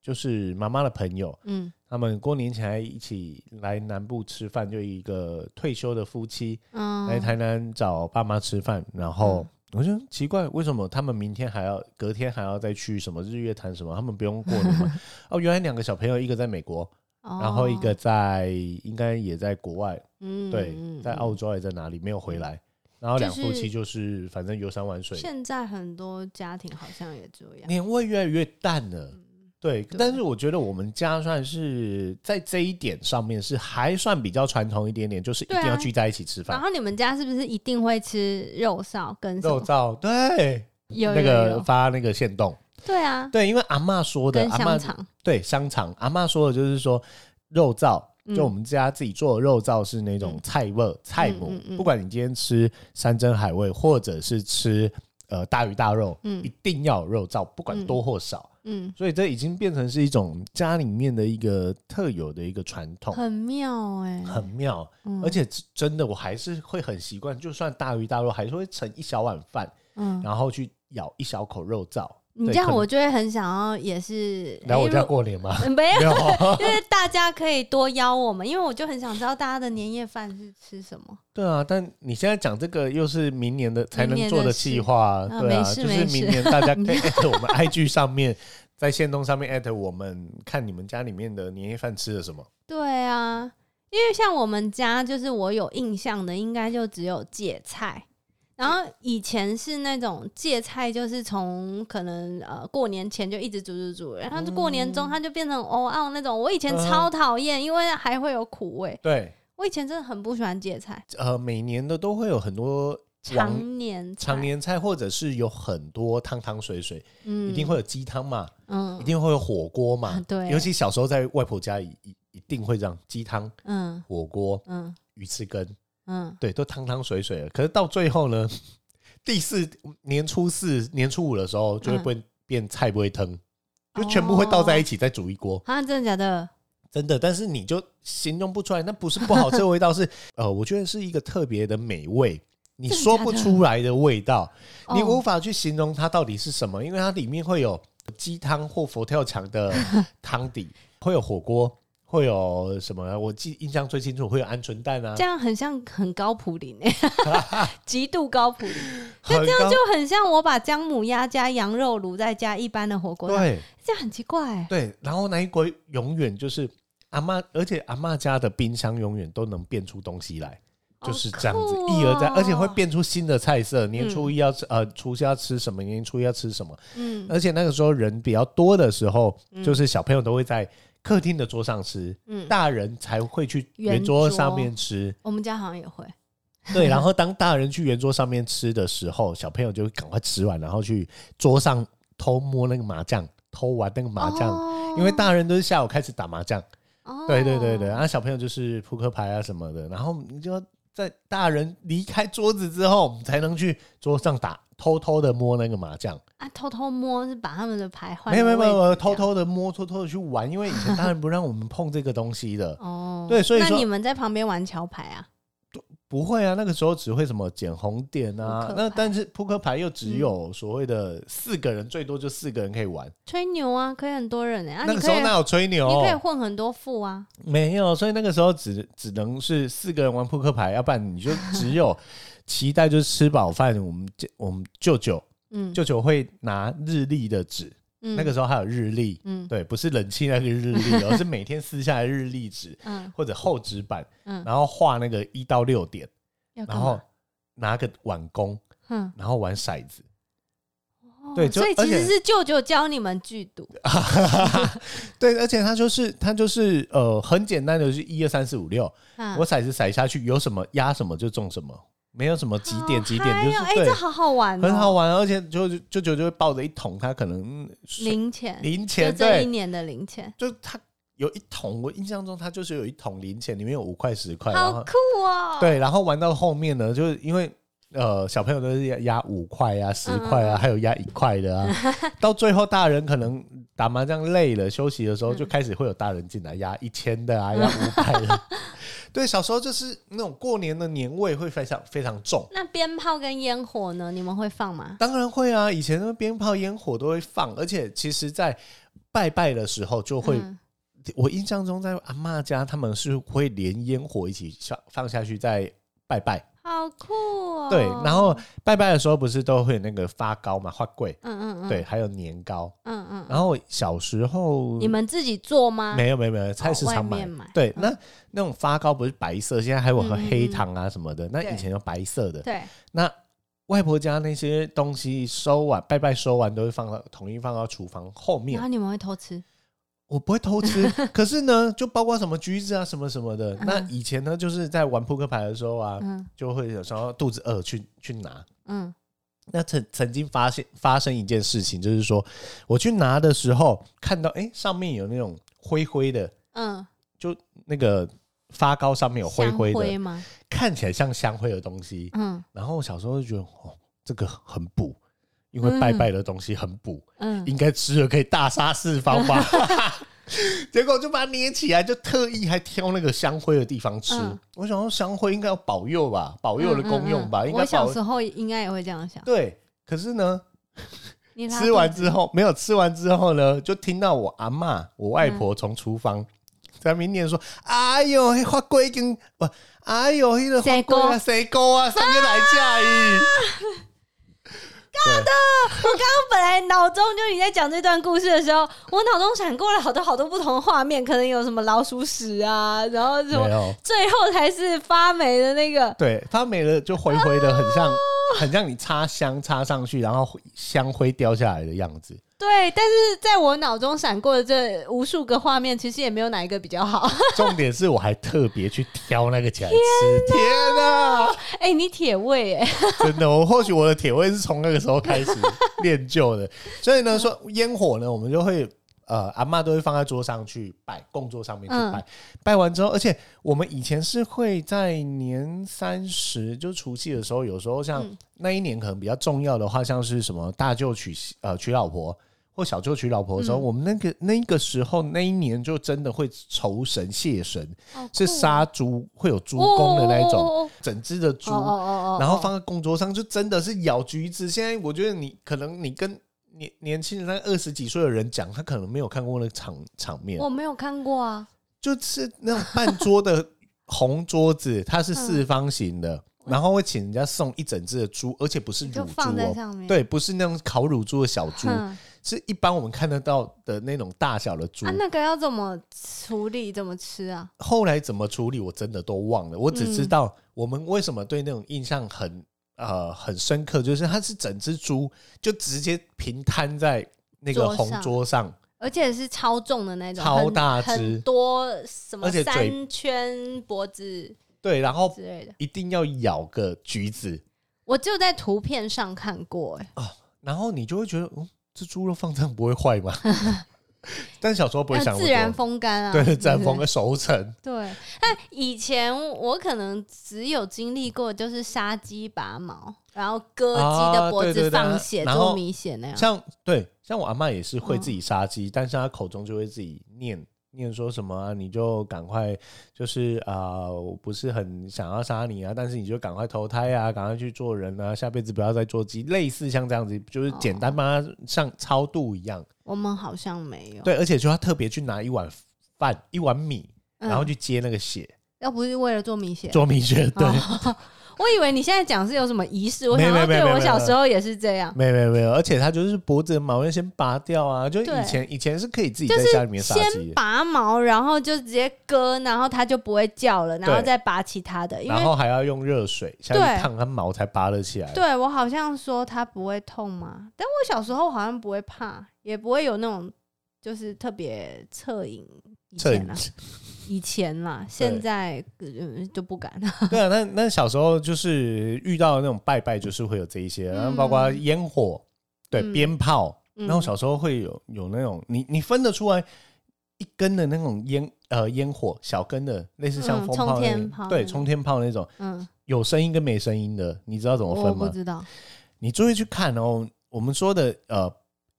就是妈妈的朋友，嗯他们过年前还一起来南部吃饭，就一个退休的夫妻，嗯，来台南找爸妈吃饭，然后我就奇怪，为什么他们明天还要隔天还要再去什么日月潭什么？他们不用过年 (laughs) 吗？哦，原来两个小朋友，一个在美国，哦，然后一个在应该也在国外，嗯对，嗯在嗯澳洲还在哪里没有回来。然后两夫妻就是反正游山玩水，现在很多家庭好像也这样，年味越来越淡了。对，嗯对但是我觉得我们家算是在这一点上面是还算比较传统一点点，就是一定对要啊聚在一起吃饭然，后你们家是不是一定会吃肉臊跟什肉么？燥，对，有那有个有发那个线动，对啊，对，因为阿嬷说的，跟阿香嬷肠，对香肠，阿嬷说的就是说肉燥，嗯就我们家自己做的肉燥是那种嗯菜味儿、菜母，嗯嗯嗯不管你今天吃山珍海味，或者是吃呃大鱼大肉，嗯一定要有肉燥，不管嗯多或少，嗯，所以这已经变成是一种家里面的一个特有的一个传统，很妙哎，哦很妙，嗯而且真的我还是会很习惯，就算大鱼大肉，还是会盛一小碗饭，嗯，然后去咬一小口肉燥。你对这样可能我就会很想要，也是来我哎家如过年吗？嗯没有，没 (laughs) 有，因 (laughs) 为大家可以多邀我们，因为我就很想知道大家的年夜饭是吃什么。对啊，但你现在讲这个又是明年的才能做的计划啊，明年的对啊，事啊就没事是明年 (laughs) 大家可以艾特我们 IG 上面，在线动上面艾特我们，看你们家里面的年夜饭吃了什么。对啊，因为像我们家，就是我有印象的，应该就只有芥菜。然后以前是那种芥菜，就是从可能呃过年前就一直煮煮煮，然后就过年中它就变成欧奥那种。我以前嗯超讨厌，因为还会有苦味。对，我以前真的很不喜欢芥菜，呃，每年的都会有很多往常年菜常年菜，或者是有很多汤汤水水，嗯一定会有鸡汤嘛，一嗯定会有火锅嘛啊。对尤其小时候在外婆家一一一定会这样，鸡汤、嗯火锅、嗯鱼翅羹，嗯对，都汤汤水水的。可是到最后呢，第四年初四、年初五的时候，就会嗯哦变、变菜不会腾，就全部会倒在一起再煮一锅。啊，真的假的？真的，但是你就形容不出来，那不是不好吃的味道，是呃，我觉得是一个特别的美味，你真的说假不的出来的味道，你哦无法去形容它到底是什么，因为它里面会有鸡汤或佛跳墙 (laughs) 的汤底，会有火锅，会有什么？啊我记印象最清楚，会有鹌鹑蛋啊这，样很像很高普林诶、 (laughs) 极度高普林，很高就很像我把姜母鸭加羊肉炉再加一般的火锅汤，对这样很奇怪、欸。对，然后那一锅永远就是阿妈，而且阿妈家的冰箱永远都能变出东西来。好就是这样子，酷一而再，哦而且会变出新的菜色。年初一要吃，呃，初夏要吃什么？年初一要吃什么？嗯而且那个时候人比较多的时候，就是小朋友都会在客厅的桌上吃，嗯，大人才会去圆圆桌桌上面吃。我们家好像也会，对，然后当大人去圆桌上面吃的时候，小朋友就会赶快吃完，然后去桌上偷摸那个麻将，偷玩那个麻将。哦因为大人都是下午开始打麻将，哦对对对对，然后小朋友就是扑克牌啊什么的，然后你就要在大人离开桌子之后，我们才能去桌上打，偷偷的摸那个麻将。啊，偷偷摸是把他们的牌换没有没有没有，位我置偷这样，偷的摸，偷偷的去玩，因为以前大人不让我们碰这个东西的 (laughs) 哦，对所以那说你们在旁边玩桥牌啊？不会啊，那个时候只会什么捡红点啊扑，克那牌但是扑克牌又只有所谓的四个人，最多就四个人可以玩。吹牛啊，可以很多人哎、啊，那哦个你可时候以哪有吹牛？你可以混很多副啊，没有，所以那个时候只只能是四个人玩扑克牌，要不然你就只 (laughs) 有期待就是吃饱饭。我们这我们舅舅嗯，舅舅会拿日历的纸，嗯那个时候还有日历，嗯对，不是冷气那个日历哦，而是每天撕下来的日历纸嗯或者厚纸板，嗯，然后画那个一到六点，要干然后嘛？拿个碗弓，嗯，然后玩骰 (laughs) 子。哦对就所以而其且实是舅舅教你们剧毒，对，而且它就是它就是呃很简单的，就是一二三四五六，啊我骰子骰下去，有什么压什么就中什么，没有什么几点几点，就好嗨是哦对哎，这，好好玩，很好，玩。而且就就舅舅就会抱着一桶，他可能水零钱，零就钱，这对，一年的零钱，就他有一桶，我印象中他就是有一桶零钱，里面有五块十块，然好后酷哦，，对，然后玩到后面呢，就是因为。呃，小朋友都是压压五块啊、十块嗯啊，还有压一块的 (laughs) 啊。到最后，大人可能打麻将累了，休息的时候嗯就开始会有大人进来压一千的啊，压五百 (laughs) 的。对，小时候就是那种过年的年味会非常非常重。那鞭炮跟烟火呢，你们会放吗？当然会啊，以前那鞭炮、烟火都会放，而且其实，在拜拜的时候就会，嗯我印象中在阿嬷家，他们是会连烟火一起放放下去再拜拜。好酷哦，对，然后拜拜的时候不是都会有那个发糕嘛，花桂，嗯嗯嗯，对，，还有年糕。嗯嗯嗯，然后小时候你们自己做吗？没有没有没有，菜市外场买。面买对，嗯那那种发糕不是白色，现在还有和嗯嗯黑嗯糖啊什么的。那对以前有白色的。对，那外婆家那些东西收完，拜拜收完都会放到统一放到厨房后面然后。你们会偷吃，我不会偷 (laughs) 吃，可是呢，就包括什么橘子啊什么什么的。嗯那以前呢，就是在玩扑克牌的时候啊，嗯就会有时候肚子饿去去拿。嗯那曾曾经发现发生一件事情，就是说我去拿的时候，看到哎、诶上面有那种灰灰的，嗯，那个发糕上面有灰香灰的，吗？看起来像香灰的东西。嗯然后我小时候就觉得哦，这个很补，因为拜拜的东西很补，嗯，应该吃了可以大杀四方 (laughs) 吧。结果就把它捏起来，就特意还挑那个香灰的地方吃。嗯我想说香灰应该要保佑吧，保佑的功用吧，嗯嗯嗯应我该小保时候应该也会这样想，对。可是呢，你拉吃完肚子之后没有吃完之后呢，就听到我阿嬷、我外婆从厨房在那边念说：“哎呦，那花龟跟不，哎呦，那个花龟啊，谁勾啊，上面来嫁 (laughs) 衣。”本来脑中就你在讲这段故事的时候，我脑中闪过了好多好多不同的画面，可能有什么老鼠屎啊，然后什对，没么，有，最后才是发霉的那个。对，发霉了就灰 (laughs) 灰的，很像很像你插香插上去，然后香灰掉下来的样子。对，但是在我脑中闪过的这无数个画面，其实也没有哪一个比较好。 (laughs) 重点是我还特别去挑那个起来吃，天哪、哎、你铁胃哎， (laughs) 真的，我或许我的铁胃是从那个时候开始练就的。所以嗯呢，说烟火呢，我们就会呃，阿嬷都会放在桌上去摆，供桌上面嗯去摆。拜完之后，而且我们以前是会在年三十，就除夕的时候，有时候像嗯那一年可能比较重要的话，像是什么大舅娶媳呃娶老婆。或小舅娶老婆的时候，嗯我们那个那个时候那一年就真的会酬神谢神，是杀杀猪会有猪公的那一种，哦整只的猪哦哦哦，然后放在供桌上，就真的是咬橘子。现在我觉得你可能你跟年年轻人，那二十几岁的人讲，他可能没有看过那个场场面，我没有看过啊，就是那种半桌的红桌子，它是四方形的，然后会请人家送一整只的猪，而且不是乳嗯就猪放在哦。上面。对，不是那种烤乳猪的小猪，哼，是一般我们看得到的那种大小的猪。啊，那个要怎么处理？怎么吃啊？后来怎么处理，我真的都忘了。我嗯只知道我们为什么对那种印象很呃很深刻，就是它是整只猪就直接平摊在那个桌上红桌上，而且是超重的那种，超很大只很多什么而且嘴三圈脖子对，然后之类的。一定要咬个橘子，我只有在图片上看过、欸，然后你就会觉得，嗯，这猪肉放这样不会坏吗？ (laughs) 但小时候不会那想那么自多然风干啊，对，自然不风跟熟成，对，但以前我可能只有经历过，就是杀鸡拔毛，然后割鸡的脖啊对对子对放血、然后做米血那样。嗯像对，像我阿嬷也是会自己杀鸡，但是她口中就会自己念念说什么、啊，你就赶快就是啊、我不是很想要杀你啊，但是你就赶快投胎啊，赶快去做人啊，下辈子不要再做鸡，类似像这样子，就是简哦单帮她像超度一样。我们好像没有，对，而且就她特别去拿一碗饭、一碗米，嗯然后去接那个血、要不是为了做米血，做米血。对，哦 (laughs) 我以为你现在讲是有什么仪式，我没想没要没对没我没小没时候也是这样，没有没有没有，而且她就是脖子的毛要先拔掉啊，就对以前以前是可以自己就在是家里面杀鸡的，先拔毛，然后就直接割，然后它就不会叫了，然后对再拔其他的，因然为后还要用热水下去对烫它毛才拔得起来。对我好像说它不会痛嘛，但我小时候好像不会怕，也不会有那种就是特别恻隐。以这前啊，以前啦，现在嗯就不敢了。 (laughs) 对啊，那那小时候就是遇到那种拜拜，就是会有这一些，嗯然后包括烟火、对嗯鞭炮，嗯然后小时候会有有那种你你分得出来一根的那种烟呃烟火小根的，类似像嗯风炮冲那天种炮对那种冲天炮那种，嗯，有声音跟没声音的，你知道怎么我分不吗？知道。你注意去看哦，我们说的呃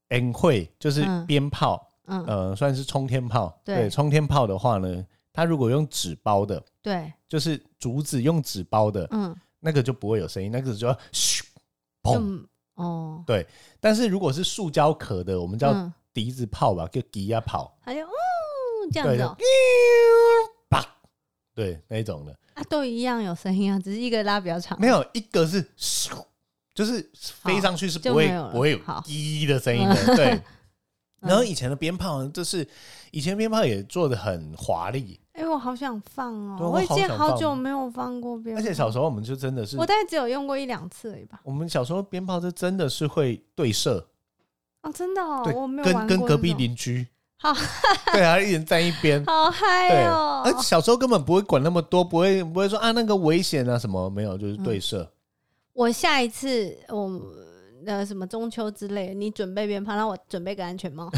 烟会就是嗯鞭炮，嗯，呃，算是冲天炮。对对，冲天炮的话呢，它如果用纸包的，对，就是竹子用纸包的，嗯，那个就不会有声音，那个就要咻砰。就哦，但是如果是塑胶壳的，我们叫嗯，笛子炮吧，叫笛呀炮，还有哦这样对，子就哦啪，对，那一种的。啊，都一样有声音啊，只是一个拉比较长。没有一个是咻，就是飞上去是不会就没有了不会有好滴的声音 (laughs) 的，对。嗯然后以前的鞭炮呢，就是以前鞭炮也做的很华丽，哎，我好想放对啊哦，我已好经想好放久没有放过鞭炮，而且小时候我们就真的是我大概只有用过一两次而已吧。我们小时候鞭炮是真的是会对射，哦，真的哦对，，我没有跟玩过跟隔壁那种邻居，好，对啊，一人站一边，好对，嗨哦而！小时候根本不会管那么多，不会不会说啊那个危险啊什么，没有，就是嗯对射，我下一次我呃什么中秋之类的，你准备鞭炮，让我准备个安全帽。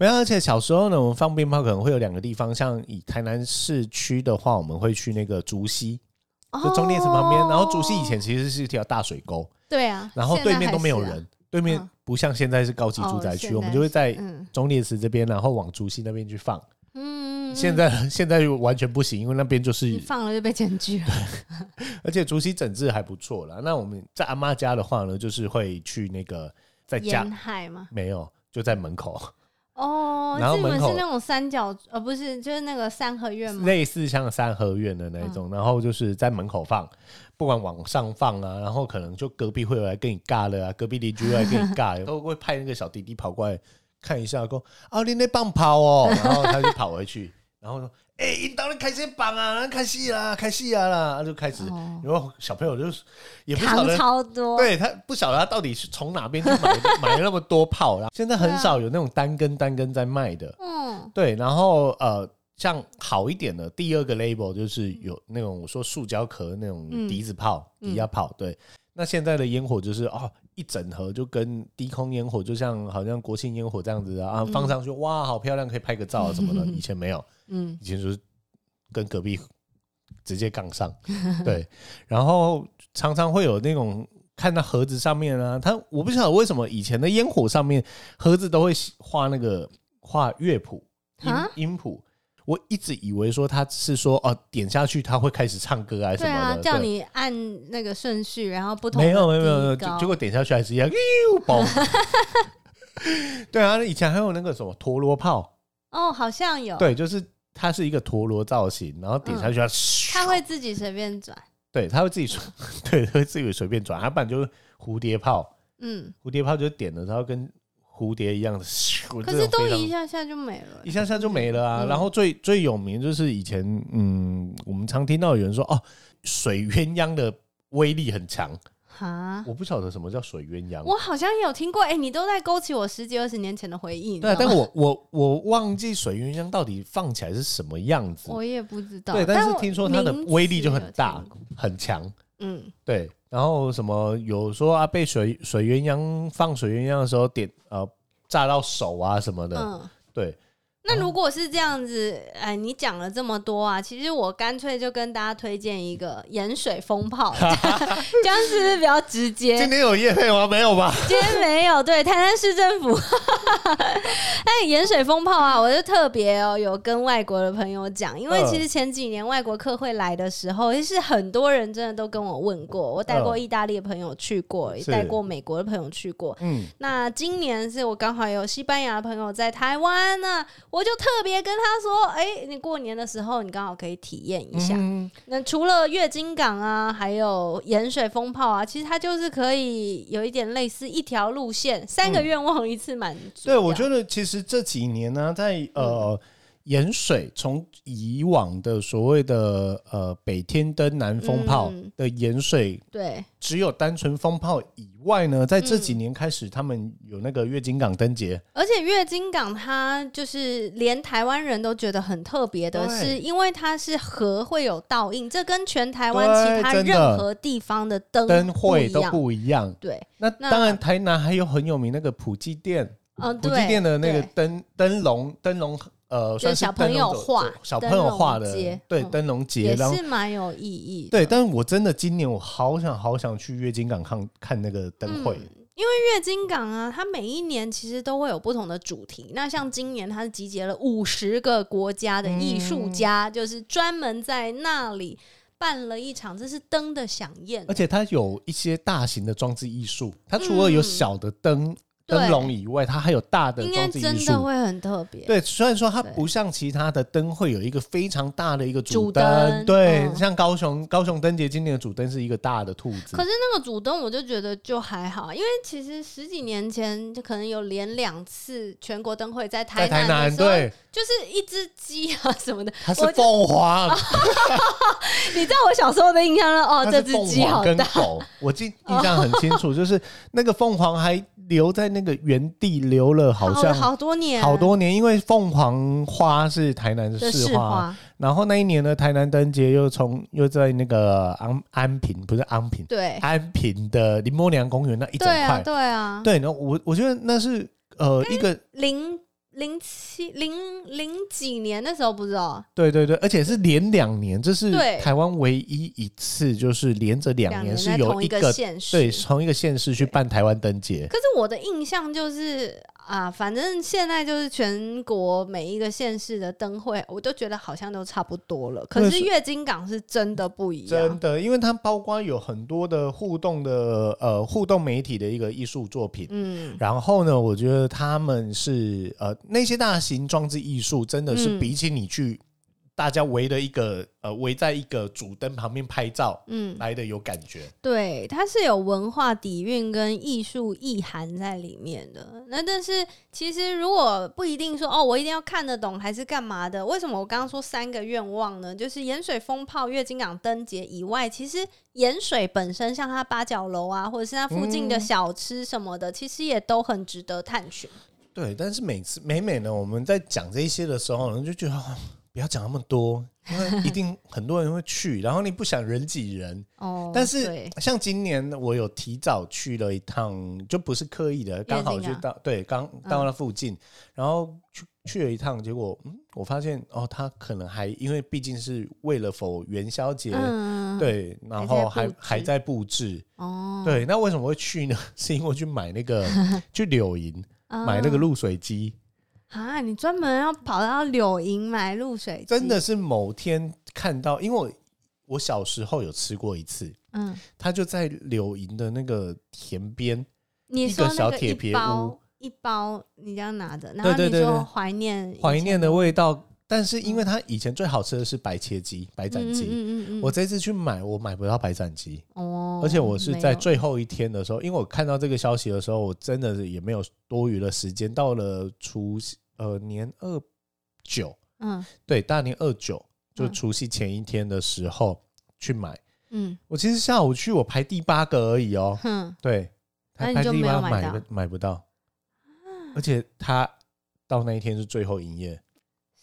没有，而且小时候呢，我们放鞭炮可能会有两个地方，像以台南市区的话，我们会去那个竹溪， (laughs) 就中电池旁边，哦然后竹溪以前其实是一条大水沟，对啊，然后现在对面都没有还是啊人，，对面嗯不像现在是高级住宅区，哦我们就会在嗯中烈池这边，然后往竹溪那边去放。嗯，嗯现在 (laughs) 现在完全不行，因为那边就是你放了就被检举了。而且竹溪整治还不错啦。那我们在阿妈家的话呢，就是会去那个在家沿海嘛，没有，就在门口，哦，然后是你们门口是那种三角，呃，不是，就是那个三合院嘛。类似像三合院的那一种，然后就是在门口放，不管往上放啊，然后可能就隔壁会有来跟你尬了啊，隔壁邻居会来跟你尬，都会派那个小弟弟跑过来看一下，说啊，你那棒跑哦，然后他就跑回去，然后说。哎、欸，引导你开始绑啊，开戏啦，开戏啊啦，啊就开始。哦然后小朋友就是也不晓糖哦得，超多，对他不晓得他到底是从哪边去买 (laughs) 买了那么多炮啦。现在很少有那种单根单根在卖的，嗯，对。然后呃，像好一点的第二个 label 就是有那种我说塑胶壳那种嗯笛子炮、嗯笛压炮，对。那现在的烟火就是哦，一整盒就跟低空烟火，就像好像国庆烟火这样子啊，啊放上去哇，好漂亮，可以拍个照啊什么 (laughs) 的。以前没有，嗯，以前就是跟隔壁直接杠上，对，然后常常会有那种看到盒子上面啊，它我不晓得为什么以前的烟火上面盒子都会画那个画乐谱音啊音谱。我一直以为说他是说哦，点下去他会开始唱歌啊什对么的，啊，对叫你按那个顺序，然后不同的没有没有没有，没有低高结结果点下去还是一样，呦嘣。 (laughs) 对啊，以前还有那个什么陀螺炮，哦，好像有，对，就是它是一个陀螺造型，然后点下去它他会自己随便转，对，他会自己随， (laughs) 对，他会自己随便转，他不然就是蝴蝶炮，嗯，蝴蝶炮就是点了，然后跟蝴蝶一样的，咻可这是种都非常一下下就没了一，下下就没了啊。嗯然后最最有名就是以前，嗯，我们常听到有人说，哦，水鸳鸯的威力很强，哈。我不晓得什么叫水鸳鸯。啊我好像有听过，哎、你都在勾起我十几二十年前的回忆。你知对啊，道但吗我我我忘记水鸳鸯到底放起来是什么样子，我也不知道。对，但是我听说它的名字威力就很有大听过，很强。嗯，对，然后什么有说啊，被水水鸳鸯放水鸳鸯的时候点呃炸到手啊什么的，嗯，对，那如果是这样子，哎，你讲了这么多啊，其实我干脆就跟大家推荐一个盐水 (laughs) 风炮， (laughs) 这样是不是比较直接？今天有夜配吗？没有吧？今天没有，对，台南市政府。 (laughs) 哎，盐水风炮啊，我就特别哦，有跟外国的朋友讲，因为嗯其实前几年外国客会来的时候，其实很多人真的都跟我问过，我带过嗯意大利的朋友去过，也是带过美国的朋友去过，嗯，那今年是我刚好有西班牙的朋友在台湾呢、我就特别跟他说：“哎、你过年的时候你刚好可以体验一下。嗯那除了月经港啊，还有盐水风炮啊，其实它就是可以有一点类似一条路线，三个愿望一次满足这对，样、我觉得其实这几年呢、在嗯呃盐水从以往的所谓的呃北天灯、南风炮嗯的盐水。对，只有单纯风炮以外呢，嗯在这几年开始，他们有那个月经港灯节，而且月经港它就是连台湾人都觉得很特别的，对是因为它是河会有倒映，这跟全台湾对其他真的任何地方的灯灯会一都样不一样。对。那那当然，台南还有很有名那个普济店，嗯，普对，济店的那个对灯灯笼灯笼，呃，就算是是小朋友画灯笼走小朋友画灯笼节的，对嗯灯笼节，也然后是蛮有意义的。对，但是我真的今年我好想好想去月经港看看那个嗯灯会，月经港啊，它每一年其实都会有不同的主题。那像今年，它是集结了五十个国家的艺术家，就是专门在那里办了一场，这是灯的响宴而。且它有一些大型的装置艺术，它除了有嗯小的灯对灯笼以外，它还有大的应该装置艺真的术。会很特别，对，虽然说它对不像其他的灯会有一个非常大的一个主主灯对，嗯像高雄高雄灯节今年的主灯是一个大的兔子，可是那个主灯我就觉得就还好，因为其实十几年前就可能有连两次全国灯会在在台台南的时候，对，就是一只鸡啊什么的，它是我就凤凰， (laughs) 你知道我小时候的印象了哦，它这是只凤鸡凰好跟大，哦狗，我记印象很清楚，就是那个凤凰还留在那个原地留了好了像好多年，好多年，因为凤凰花是台南的的市市花，花，然后那一年呢，台南灯节又从又在那个安安平不是安平对安平的林默娘公园那一整对啊块，对啊，对，然后我我觉得那是呃一个零零七零零几年那时候不哦知道，对对对，而且是连两年，这是对台湾唯一一次就是连着两两年是在有同一个个县市。对同一个县市去办台湾灯节。可是我的印象就是啊，反正现在就是全国每一个县市的灯会，我都觉得好像都差不多了。可对是是月经港是真的不一真样，的，因为它包括有很多的互动的呃互动媒体的一个艺术作品，嗯，然后呢，我觉得他们是呃那些大型装置艺术真的是嗯比起你去大家围了一个呃围在一个主灯旁边拍照嗯，来的有感觉。对，它是有文化底蕴跟艺术意涵在里面的。那但是其实如果不一定说哦，我一定要看得懂还是干嘛的？为什么我刚刚说三个愿望呢？就是盐水风炮、月经港灯节以外，其实盐水本身像它八角楼啊，或者是它附近嗯的小吃什么的，其实也都很值得探寻。对，但是每次每每呢，我们在讲这一些的时候呢，就觉得、啊不要讲那么多，因为一定很多人会去，然后你不想人挤人。哦，但是对像今年我有提早去了一趟，就不是刻意的，刚好就月经啊到对，刚到那附近，然后去去了一趟，结果嗯，我发现哦，他可能还因为毕竟是为了否元宵节，嗯，对，然后还在还布置还在布置，哦，对，那为什么会去呢？是因为去买那 (laughs) 个去柳营嗯买那个露水机，啊，你专门要跑到柳营买露水，真的，是某天看到，因为我我小时候有吃过一次，嗯，它就在柳营的那个田边，你一说个那小个铁一皮包屋一包，你这样拿着，然后对你对说对怀念以怀前念的味道。但是因为它以前最好吃的是白切鸡、白斩嗯鸡，嗯嗯嗯嗯我这次去买我买不到白斩鸡，哦，而且我是在没有最后一天的时候，因为我看到这个消息的时候，我真的是也没有多余的时间。到了除夕，呃年二九，嗯对，大年二九就嗯除夕前一天的时候去买。嗯我其实下午去，我排第八个而已哦。哼，对，那他你排就第没有八买买到啊不买不到，而且他到那一天是最后营业。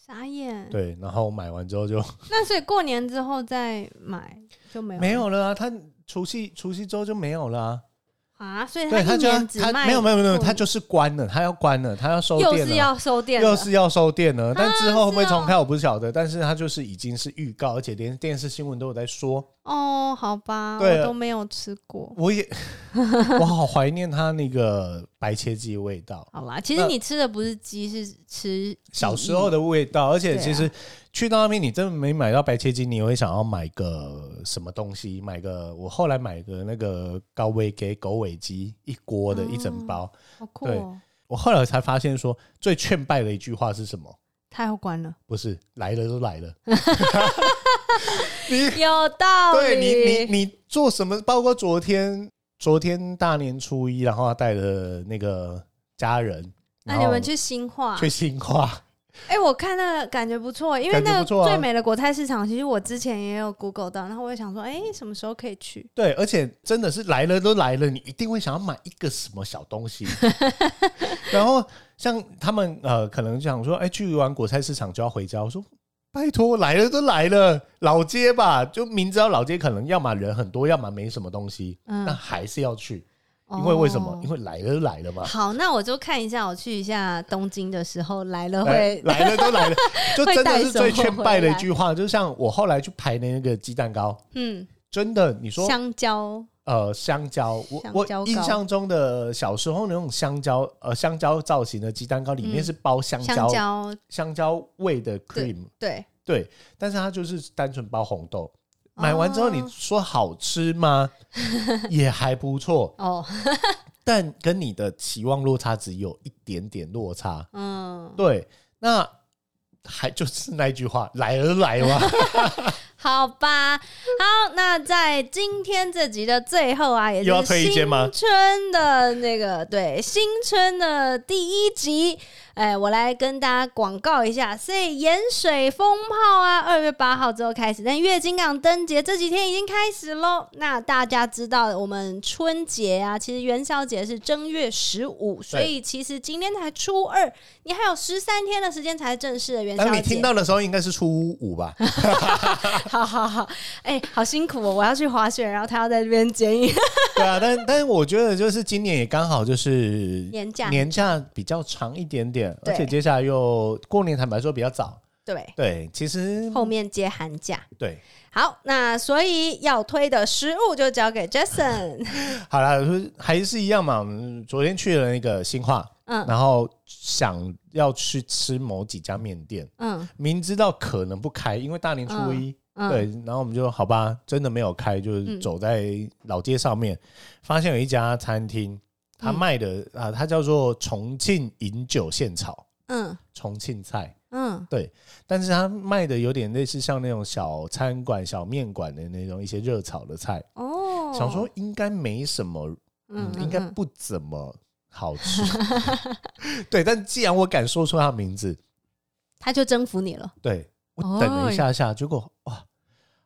傻眼。对，然后买完之后就那所以过年之后再买就没有没了有了啊。他除夕除夕之后就没有了啊。啊，所以对，一就要年只卖他没有没有没有，过他就是关了，他要关了，他要收又店是了。要收店了，又是要收店了，但之后会不会是哦重开我不晓得，但是他就是已经是预告，而且连电视新闻都有在说。哦，好吧，对啊我都没有吃过。我也 (laughs) 我好怀念他那个白切鸡的味道，好啦，其实那你吃的不是鸡，是吃小记时忆候的味道，而且对啊其实去到那边你真的没买到白切鸡，你会想要买个什么东西？买个我后来买个那个高威给狗尾鸡一锅的哦一整包，好酷对哦，我后来才发现说最劝败的一句话是什么？太好关了，不是来了都来 (laughs) 了，你有道理。对你，你你做什么？包括昨天，昨天大年初一，然后他带了那个家人，那然你后们去新化？去新化，哎、我看那个感觉不错，因为感觉那个不错啊最美的国泰市场，其实我之前也有 Google 到，然后我也想说，哎、什么时候可以去？对，而且真的是来了都来了，你一定会想要买一个什么小东 (laughs) 西。然后像他们呃，可能想说，哎、去完果菜市场就要回家。我说，拜托，来了都来了，老街吧，就明知道老街可能要么人很多，要么没什么东西，嗯那还是要去，啊因为为什么？哦因为来了都来了嘛。好，那我就看一下，我去一下东京的时候来了来会，来了都来 (laughs) 了，就真的是最会带什么劝败的一句话，就像我后来去排那个鸡蛋糕，嗯，真的，你说香蕉，呃香蕉，我香我蕉糕印象中的小时候那种香蕉，呃香蕉造型的鸡蛋糕里面嗯是包香香蕉蕉，香蕉味的 cream，对，哦对，但是它就是单纯包红豆。买完之后你说好吃 (laughs) 吗？也还不错，哦，但跟你的期望落差只有一点点落差。嗯，对，那还 (laughs) 就是那一句话，来而来 (laughs) 嘛。好吧，好，那在今天这集的最后啊，也又要是推一间吗新春的那个对新春的第一集，哎，我来跟大家广告一下，所以盐水风炮啊，二月八号之后开始，但月经港灯节这几天已经开始喽。那大家知道，我们春节啊，其实元宵节是正月十五，所以其实今天才初二，你还有十三天的时间才是正式的元宵节。当你听到的时候，应该是初五吧？好好好，哎、好辛苦哦！我要去滑雪，然后他要在这边剪影。 (laughs) (laughs) 对啊，但但是我觉得就是今年也刚好就是年假年假比较长一点点，对而且接下来又过年，坦白说比较早。对，对，其实后面接寒假。对，好，那所以要推的食物就交给 Jason。好啦，就是还是一样嘛。我们昨天去了那个新化，嗯然后想要去吃某几家面店， (laughs) 嗯明知道可能不开，因为大年初一，嗯，对，然后我们就好吧，真的没有开，就是嗯走在老街上面，发现有一家餐厅，它嗯卖的啊、它叫做重庆饮酒现炒嗯重庆菜，嗯嗯但是它卖的有点类似像那种小餐馆、小面馆的那种一些热炒的菜，哦，想说应该没什么，嗯，应该不怎么好 (laughs) 吃。对，但既然我敢说出它的名字，他就征服你了，对我等了一下下，结果哇，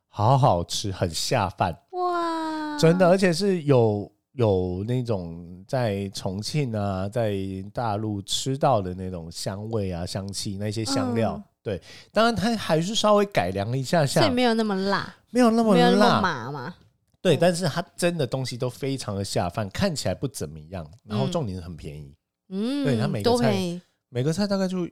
好好吃，很下饭，哇，真的，，而且是有。有那种在重庆啊，在大陆吃到的那种香味啊、香气，那些香料，嗯对，当然它还是稍微改良了一下所下以，没有那么辣，没有那么没有那么辣，麻嘛，对，嗯但是它真的东西都非常的下饭，看起来不怎么样，然后重点是很便宜，嗯，对它每个多菜便宜，每个菜大概就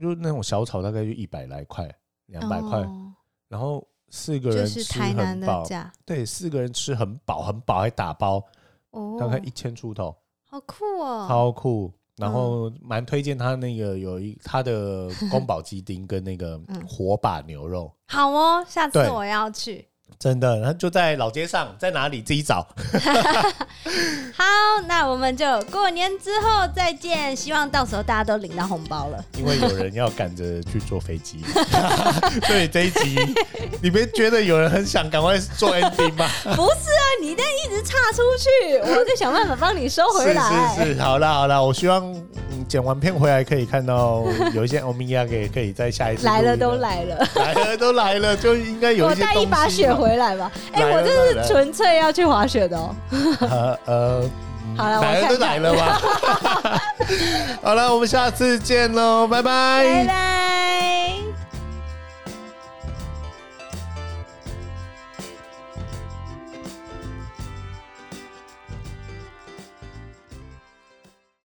就那种小炒大概就一百来块、两百块，哦然后四个就人是吃台南很的饱，价，对，四个人吃很饱很饱，还打包，哦，大概一千出头，好酷哦，嗯超酷。然后蛮推荐他那个有一他的宫保鸡丁跟那个 (laughs) 嗯火把牛肉，好哦，下次对我要去。真的，他就在老街上，在哪里自己找。好，那我们就过年之后再见，希望到时候大家都领到红 (laughs) 包了。因为有人要赶着去坐飞 (laughs) 机， (laughs) 对这一集，你们觉得有人很想赶快做 ending (laughs) 吗？不是啊，你那一直岔出去，我在想办法帮你收哦回来。是是是，好啦好啦，我希望嗯剪完片回来可以看到有一些哦欧米亚给可以在下一次来了录音都来了， (laughs) 来了都来了，就应该有我一些带一把东西雪吧回来吧。哎、来了我来这了是纯粹要去滑雪的哦。呃呃，嗯 (laughs) 好 (laughs) 啦我来了看都来了吧，好了，我们下次见喽，拜拜拜。